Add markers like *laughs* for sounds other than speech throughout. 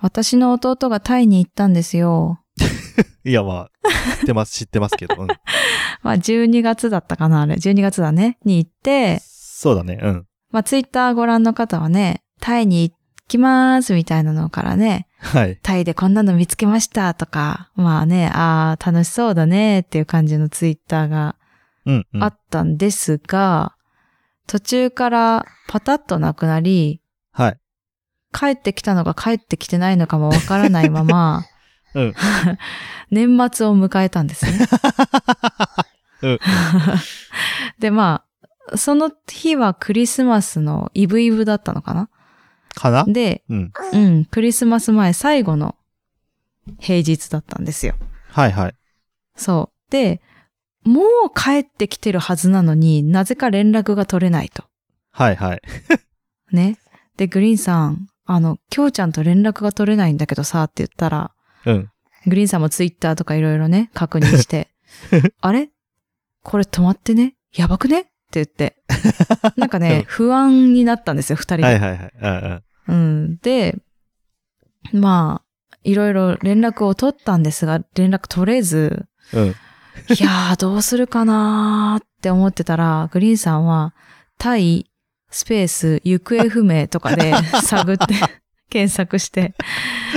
私の弟がタイに行ったんですよ。いや、まあ、知ってます、知ってますけど。 *laughs* うん。まあ、12月だったかなあれ。12月だね。に行って、そうだね。うん。まあ、ツイッターご覧の方はね、タイに行きますみたいなのからね、はい。タイでこんなの見つけましたとか、まあね、ああ、楽しそうだねっていう感じのツイッターがうん、うん。あったんですが、途中からパタッとなくなり、はい。帰ってきたのか帰ってきてないのかもわからないまま、うん。年末を迎えたんですね。 *laughs* うん。 *laughs* で、まあ、その日はクリスマスのイブイブだったのかなかなで、うん。うん、クリスマス前最後の平日だったんですよ。はいはい。そう。で、もう帰ってきてるはずなのになぜか連絡が取れないと。はいはい。ね。で、グリーンさん、あの、きょうちゃんと連絡が取れないんだけどさ、って言ったら、うん。グリーンさんもツイッターとかいろいろ *laughs* ね、確認して、あれこれ止まってねやばくねって言って。なんかね、不安になったんですよ、二人で。はいはいはい。うんうん。で、まあ、いろいろ連絡を取ったんですが、連絡取れず、うん。うん。いやー、どうするかなーって思ってたら、グリーンさんは、タイ、スペース、行方不明とか *laughs* で探って、検索して、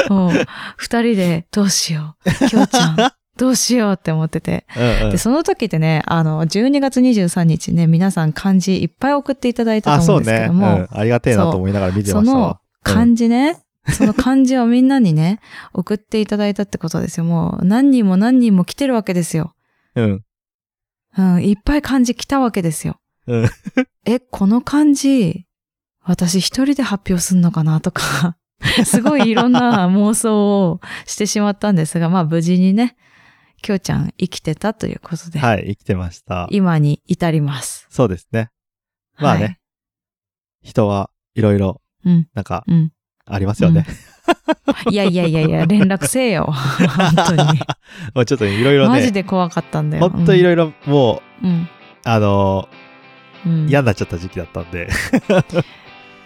もう、二人で、どうしよう、きょうちゃん、どうしようって思ってて。うんうんで、。その時ってね、あの、12月23日ね、皆さん漢字いっぱい送っていただいたあ、と思そううんですけね。どうも、ん。ありがてえなと思いながら見てましたわ。漢字ね、その漢字をみんなにね、送っていただいたってことですよ。もう、何人も何人も来てるわけですよ。うん。うん、いっぱい漢字来たわけですよ。うん。え、この漢字、私一人で発表すんのかなと *laughs* か、すごいいろんな妄想をしてしまったんですが、まあ無事にね、きょうちゃん生きてたということで、はい、生きてました。今に至ります。そうですね。まあね人はいろいろ、はい。うん、なんか、うん。ありますよね。いやいやいやい *laughs* や、連絡せえよ。本当に。もう *laughs* ちょっといろいろね。マジで怖かったんだよ。ほんといろいろ、もうう、ん。うん。あのうんー、嫌になっちゃった時期だったんで。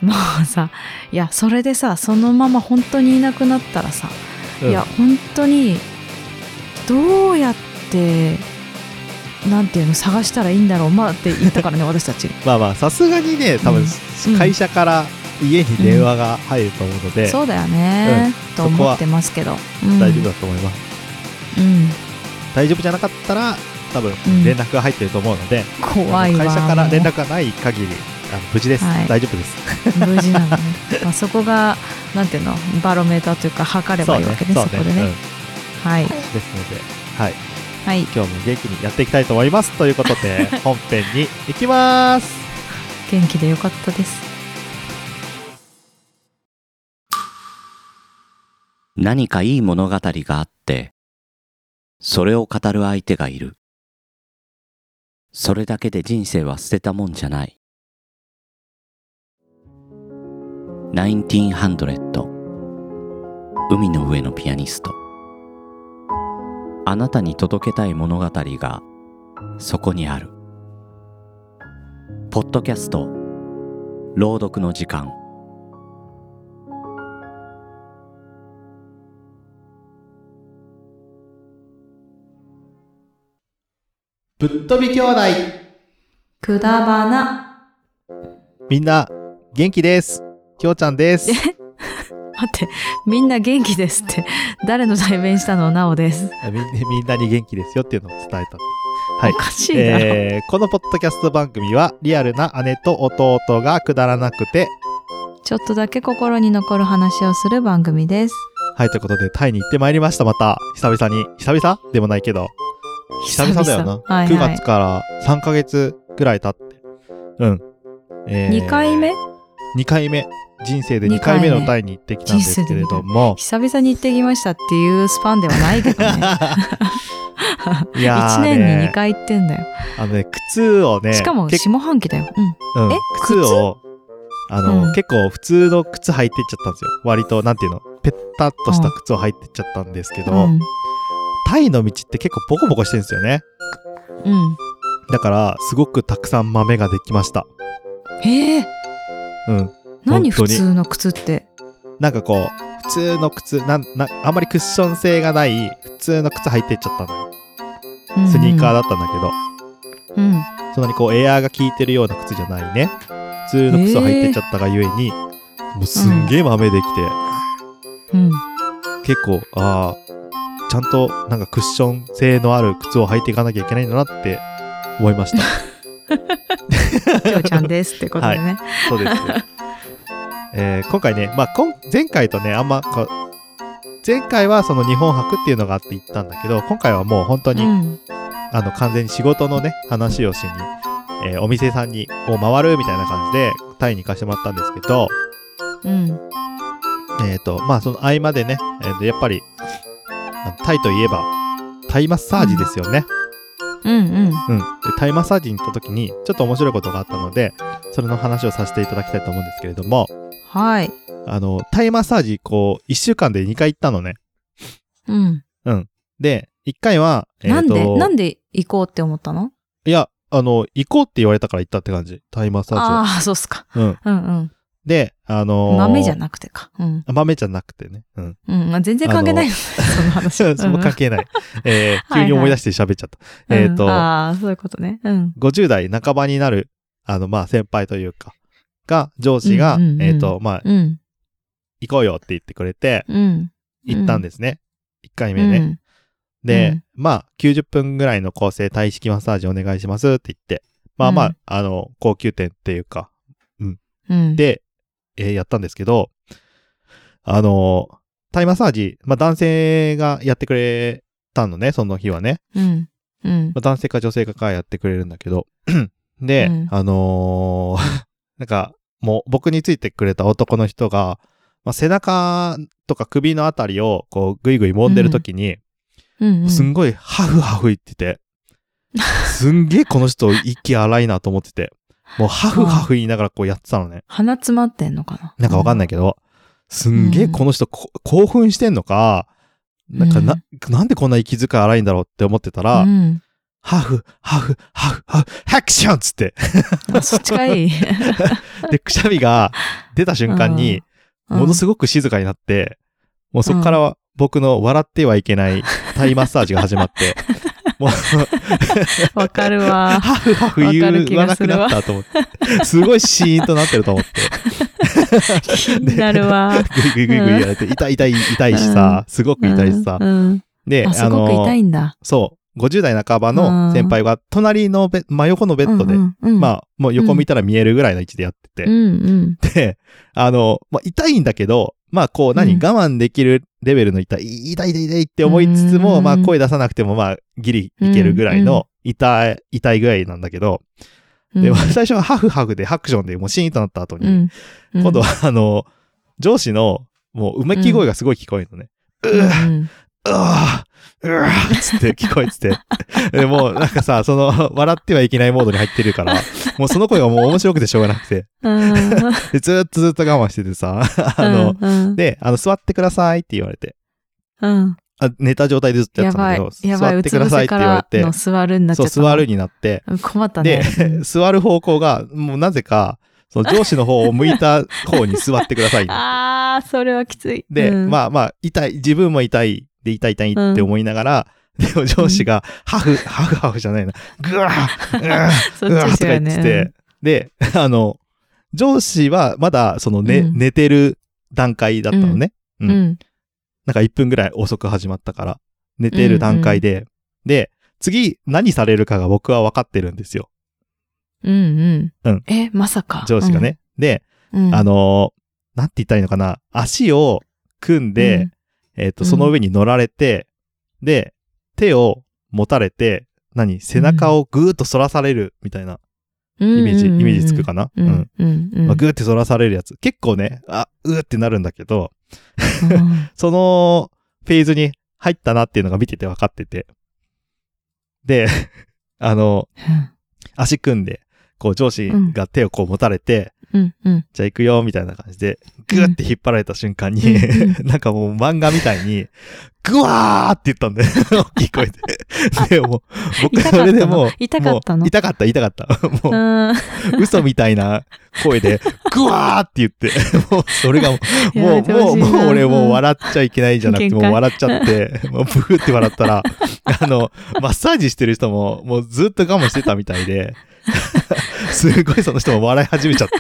もうさいやそれでさそのまま本当にいなくなったらさ、うんいや本当にどうやってなんていうの探したらいいんだろうまあって言ったからね私たちまあまあ、さすがにね、多分、うん会社から家に電話が入ると思うので、そうだよね、うんと思ってますけど、うん、大丈夫だと思います。うん大丈夫じゃなかったら、多分ん、連絡が入ってると思うので、怖いわ会社から連も絡がない限り、あの無事です、はい大丈夫です。う無事なのね、まあ、そこがなんていうのバロメーターというか測ればいいわけねそそうこでね、うんはいですので、はい、はい今日も元気にやっていきたいと思います。というこ *laughs* とで、本編に行きます。元気でよかったです何かいい物語があって、それを語る相手がいる。それだけで人生は捨てたもんじゃない。1900海の上のピアニスト。あなたに届けたい物語がそこにある。ポッドキャスト朗読の時間。ぶっ飛び兄弟くだばなみんな、元気です。きょうちゃん *laughs* で *laughs* す。待って、みんな元気ですって、誰の代弁したのなおです。みんみんなに元気ですよっていうのを伝えた。はいお。かしいだろ。えーこのポッドキャスト番組はリアルな姉と弟がくだらなくてちょっとだけ心に残る話をする番組です。はいということでタイに行ってまいりましたまた久々に久々でもないけど久々だよな、久々はいはい9月から3ヶ月ぐらい経ってうん、え2回目 ?2 回目人生で2二回回目目のタイに行ってきたんですけれども久々に行ってきましたっていうスパンではないけ *laughs* どね。いや1ー年に2ね回行ってんだよ。あのね靴をねしかも結下半期だよ。うん。うんえ靴をあの、うん結構普通の靴履いてっちゃったんですよ割となんていうのペッタッとした靴を履いてっちゃったんですけど、うん。タイの道って結構ボコボコしてるんですよねうん。だからすごくたくさん豆ができましたえー、うん何普本当に通の靴って。なんかこう普通の靴なんなあんまりクッション性がない普通の靴履いてっちゃったのようんスニーカーだったんだけど、うん。そんなにこうエアーが効いてるような靴じゃないね普通の靴を履いてっちゃったがゆえに、もうすんげえ豆できて、うん。結構ああちゃんとなんかクッション性のある靴を履いていかなきゃいけないんだなって思いました *laughs* きょうちゃんですってことでね。そうです、 *laughs* えー今回ね、まあ、今前回とねあんまこう前回はその日本博っていうのがあって行ったんだけど今回はもう本当うに、ん。あの完全に仕事のね話をしに、えーお店さんにを回るみたいな感じでタイに行かせてもらったんですけどうん。えっ、とまあその合間でね、えーとやっぱりあのタイといえばタイマッサージですよね、うん。うん、でタイマッサージに行った時にちょっと面白いことがあったのでそれの話をさせていただきたいと思うんですけれどもはい。あのタイマッサージこう1週間で2回行ったのねうん。で1回は、えーなんで、なんでで行こうって思ったのいやあの行こうって言われたから行ったって感じタイマッサージをああ、そうっすか。うんうんであうん。のー豆じゃなくてか。うん。あ豆じゃなくてねうんうん。まあ全然関係ないのね、 *laughs* その話 *laughs* そは。その関係ない、えーはい急に思い出して喋っちゃった、うんえっ、と、うんああ、そういうことね。うん。 50代半ばになるあのまあ先輩というかが上司が、うんうんうんえっ、とまあうん。行こうよって言ってくれて、うん。行ったんですね。1回目ね。うんで、うんまあ、90分ぐらいの構成体式マッサージお願いしますって言って、まあまあ、うんあの、高級店っていうか、うん。で、えーやったんですけど、あのー、タイマッサージ、まあ男性がやってくれたのね、その日はね。うん。うんま。あ、男性か女性かがやってくれるんだけど、 *clears throat* で、うんあのー *laughs* なんか、もう僕についてくれた男の人が、まあ、背中とか首のあたりをこうぐいぐい揉んでるときに、うんうん。すんごいハフハフ言っ *laughs* てて、すんげえこの人息荒いなと思ってて、もうハフハフ言いながらこうやってたのね。鼻詰まってんのかな。なんかわかんないいけど、すんげえこの人こ興奮してんのか、なんかな、なんでこんな息遣い荒いんだろうって思ってたら、うん。ハフ、ハフ、ハフ、ハフ、ハクションっつ *laughs* って、あそっちが *laughs* いい。で、くしゃみが出た瞬間に、ものすごく静かになって、もうそこからは僕の笑ってはいけないタイマッサージが始ま *laughs* って、もう、うんわかる *laughs* わ。ハフハフ言わかる気うわがなすくるなわったと思って、すごいシーンとなってると思って、気になる *laughs* わ。グイグイグイグイ言われて、痛い痛い痛いしさ、すごく痛いしさう。んうんで、あ、すごく痛いんだ。そう、50代半ばの先輩が隣のベ真横のベッドで、ままあ、あ、もう横見たら見えるぐらいの位置でやってうんて、うん。で、あの、まあ痛いんだけど、まあこう何、うん我慢できるレベルの痛い、痛い痛い痛いって思いつつも、うんまあ声出さなくてもまあギリいけるぐらういんうんの痛い、痛いぐらいなんだけど、うんで、 *laughs* 最初はハフハフでハクションでもうシーンとなった後に、うんうん今度はあの、上司の、もう、うめき声がすごい聞こえるのね。うんうわうわうわつって聞こえて *laughs* て。でもう、なんかさ、その、笑ってはいけないモードに入ってる *laughs* から、もうその声がもう面白くてしょうがなくて。 *laughs* *laughs* うんうんで、ずーっとずーっと我慢しててさ、あの、うんで、あの、座ってくださいって言われて。うんあ、寝た状態でずっとややってたんだばいけど、、やばい、座うってつくだ伏さいせってか言わられの座るになっちて、ゃそう、った。座るになって、うん。困ったでね。うん、座る方向が、もうなぜか、その上司の方を向いた方に座ってくださいになって。 *laughs* あー、それはきつい。で、うん、まあまあ、痛い、自分も痛い、で、痛い痛いって思いながら、でも上司が、ハフ、ハフハフじゃないな、ぐ *laughs* わー、うわー、 *laughs* そっうわーちとかだよ言ねってて、で、あの、上司はまだ、その、ね、うん寝てる段階だったのね。うんうん。なんか1分ぐらい遅く始まったから、寝てる段階で。で、次、何されるかが僕は分かってるんですよ、うんううんん。え、まさか。上司がね。で、うん。あのーなんて言ったらいいのかな、足を組んで、えっ、と、うんその上に乗られて、で、手を持たれて、何背中をぐーっと反らされるみたいなイイメージ、イメージつくかな、ううんんうんうんうん。まあ、ぐーって反らされるやつ。結構ね、あ、うーってなるんだけど、うんそのフェーズに入ったなっていうのが見てて分かってて。で、 *laughs* あの、足組んで、こう上司が手をこう持たれて、うん *laughs* うん。じゃあ行く *laughs* よ、みたいな感じで、ぐーって引っ張られた瞬間に、うなんかもう漫画みたいに、ぐわーって言ったん *laughs* で、大きい声で。で、もう、僕、痛かったのそれでもう、痛かったのもう痛かった、痛かった。もう、うん。 *laughs* 嘘みたいな声で、グワーって言って、 *laughs* もうそれがもう、やもめう、てもほう、しいなもう俺もう笑っちゃいけないじゃなくて、限もう界笑っちゃって、もうブーって *laughs* 笑ったら、あの、マッサージしてる人も、もうずっと我慢してたみたいで、 *laughs* すごいその人も笑い始めちゃ *laughs* って。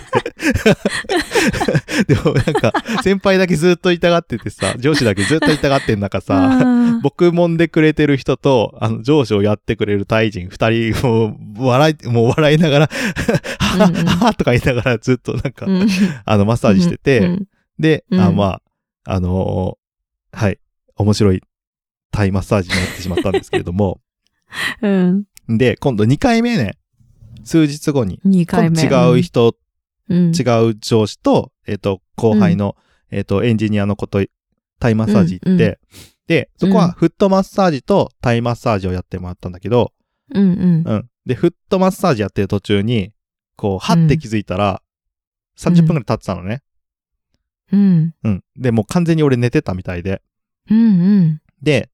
でもなんか、先輩だけずっと痛がっててさ、上司だけずっと痛がってん中 *laughs* さ、うん僕揉んでくれてる人と、あの、上司をやってくれるタイ人二人、もう、笑い、もう笑いながら、はうんうんははとか言いながらずっとなんか、うんあの、マッサージしてて、うんで、うんあまあ、あのーはい、面白いタイマッサージになってしまったんですけれども、うん。で、今度2回目ね、数日後に、 2回今目。度違う人、うん。違う上司と、えっ、と、後輩の、えっ、と、エンジニアの子とタイマッサージ行うって、んうんで、そこうんはフットマッサージとタイマッサージをやってもらったんだけど、うんうん。うん。で、フットマッサージやってる途中に、こう、はうんって気づいたら、30分くらい経ってたのね。うん。うん。で、もう完全に俺寝てたみたいで。うんうん。で、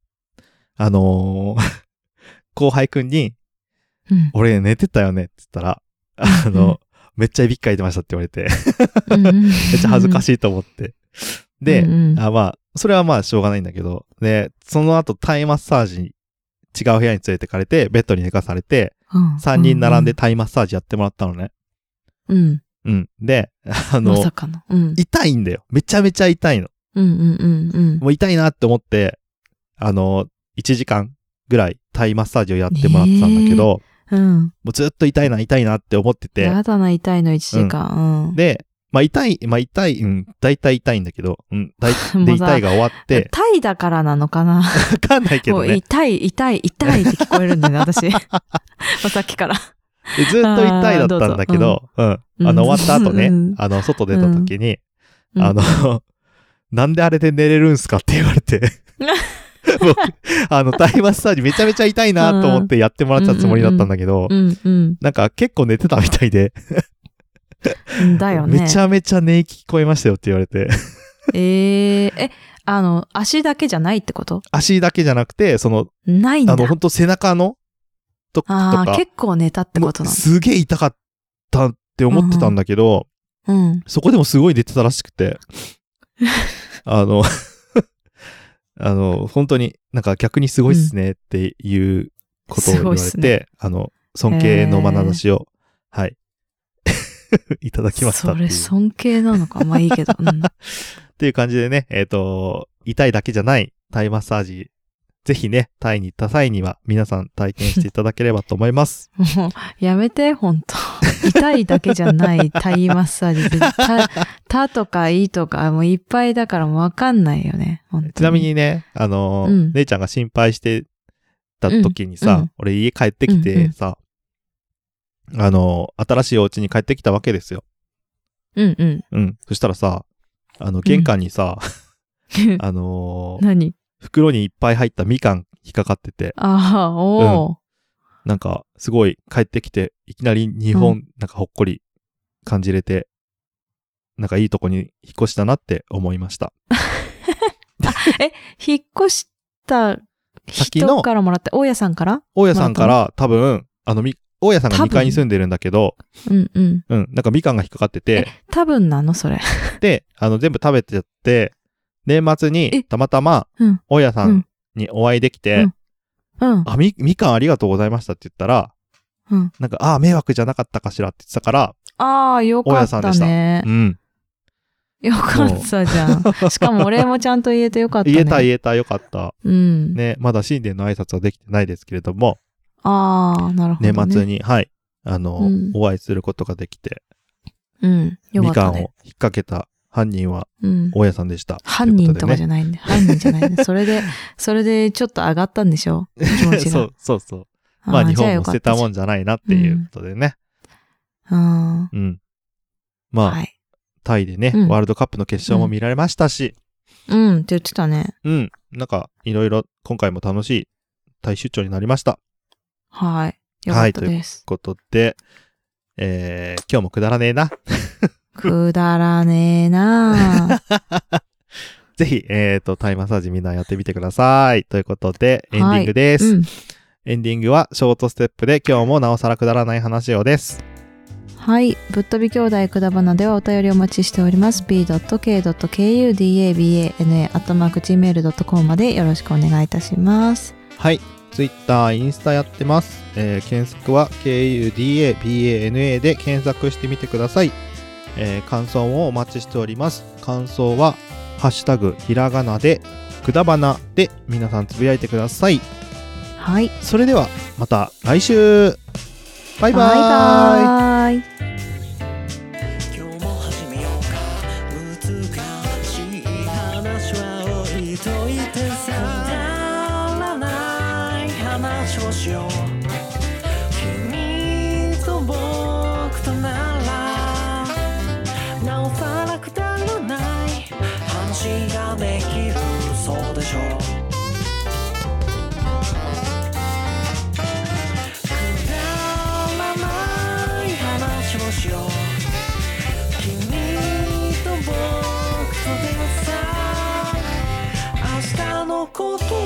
あのー *laughs* 後輩くんに、うん俺寝てたよねって言ったら、あの、めっちゃいびきかいてましたって言われて、うんうん。めめっちゃ恥ずかい。しいと思って。で、うんうんあまあ、それはまあしょうがないんだけど、で、その後タイマッサージに、違う部屋に連れてかれて、ベッドに寝かされて、3人並んでタイマッサージやってもらったのね。うんうん。うん。で、あうん。まのさ、かの。うん。痛いんだよ。めちゃめちゃ痛いの。うんうんうんうん。もう痛いなって思って、あの、1時間ぐらいタイマッサージをやってもらってたんだけど、うん。もうずっと痛いな、痛いなって思ってて、やだな、痛いの1時間。うん。で、まあ痛い、まあ痛い、うん、大体痛いんだけど、うん、 *laughs* 大でもうさ痛いが終わって、 *laughs* タイだからなのかなわかんないけもどうね。痛い、痛い、痛いって聞こえるん *laughs* だよね、私。 *laughs* もうさっきから。でずっと痛いだったんだけど、うん、うんあの、終わった後ね、うんあの、外出た時に、うんあの、 *laughs* なんであれで寝れるんすかって言われて。 *laughs* 僕、あの、タイマッサージめちゃめちゃ痛いなと思ってやってもらったつもりだったんだけどう、んうんなんか結構寝てたみたいで、うん。だよね。めちゃめちゃ寝息聞こえましたよって言われて、えええ、あの、足だけじゃないってこと足だけじゃなくて、その、ないんだ。あの、ほんと背中のととああ、か、結構寝たってことなもうすげえ痛かったって思ってたんだけど、の。うん。そこでもすごい寝てたらしくて、あの、 *laughs* あの、本当になんか逆にすごいっすねっていうことを言われすて、ごいっあの、尊敬の眼差しを、はい、 *laughs* いただきましたっそていうれ尊敬なのか。まあいいけど。うん、 *laughs* っていう感じでね、えっ、と、痛いだけじゃないタイマッサージ、ぜひね、タイに行った際には皆さん体験していただければと思います。もう、やめて、ほんと。痛いだけじゃないタイマッサージ。た、たとかいとか、もういっぱいだからもうわかんないよね。ほんとちなみ、にね、あのー、うん姉ちゃんが心配してた時にさ、うんうん俺家帰ってきうんうてんさ、あのー、新しいお家に帰ってきたわけですよ。うんうん。うん。そしたらさ、あの、玄関 *laughs* にさ、あのー、何袋にいっぱい入ったみかん引っかかってて、ああ、おお、なんか、すごい帰ってきて、いきなり日う本、なんかほっこり感じれて、なんかいいとこに引っ越したなって思いました。引っ越した先の人からもらった、大家さんから大家さんから多分、あのみ、大家さんが2階に住んでるんだけど、うんうん。うん、なんかみかんが引っかかってて、多分なのそれ。で、あの、全部食べてって、年末にえたまたまうん、大家さんにお会いできて、うんうん。あ、み、みかんありがとうございましたって言ったら、うんなんか、あ、迷惑じゃなかったかしらって言ってたから、ああ、よかっ大家さんでたしたねう。ん、よかったじゃん。しかも俺もちゃんと言えてよかったね。言えた言えたよかった。うん。ね、まだ新年の挨拶はできてないですけれども、ああ、なるほど、年ね。末に、はい、あの、うんお会いすることができて、うん。よかみっかたんを引ねっ。掛けた犯人はうん。大家さんでした。犯人とかじゃゃないんだよ。犯人じゃないんだよ。それ *laughs* で、それでちょっと上がったんでしょ気持ちが。そうそうそう。まあ、日本も捨てたもん。んじゃないなっていうことでね。うん。うん。まあ、はい。タイでね、うんワールドカップの決勝も見られましたし、うんって言ってたね。うん、なんか、いろいろ今回も楽しいタイ出張になりました。といはい。よかったですう。ことで、えー、今日もくだらねえな。。くだらねえなあぜひ、えっ、と、タイマッサージみんなやってみてください。ということで、エンディング *laughs* です。うん。エンディングはショートステップで今日もなおさらくだらない話をです。はい。ぶっ飛び兄弟くだばなではお便りお待ちしております。b.k.kudabana.gmail.com までよろしくお願いいたします。はい。ツイッター、インスタやってます。えー検索は KUDABANA で検索してみてください。えー感想をお待ちしております。感想は、ハッシュタグ、ひらがなで、くだばなで皆さんつぶやいてください。はい。それでは、また来週バイバーイバイバイ。今日も始めようか難しい話は置いといてさくだらない話をしよう君と僕とならなおさらくだらない話ができるそうでしょうくだらない話をしよう「君と僕とでもさ」「明日のことを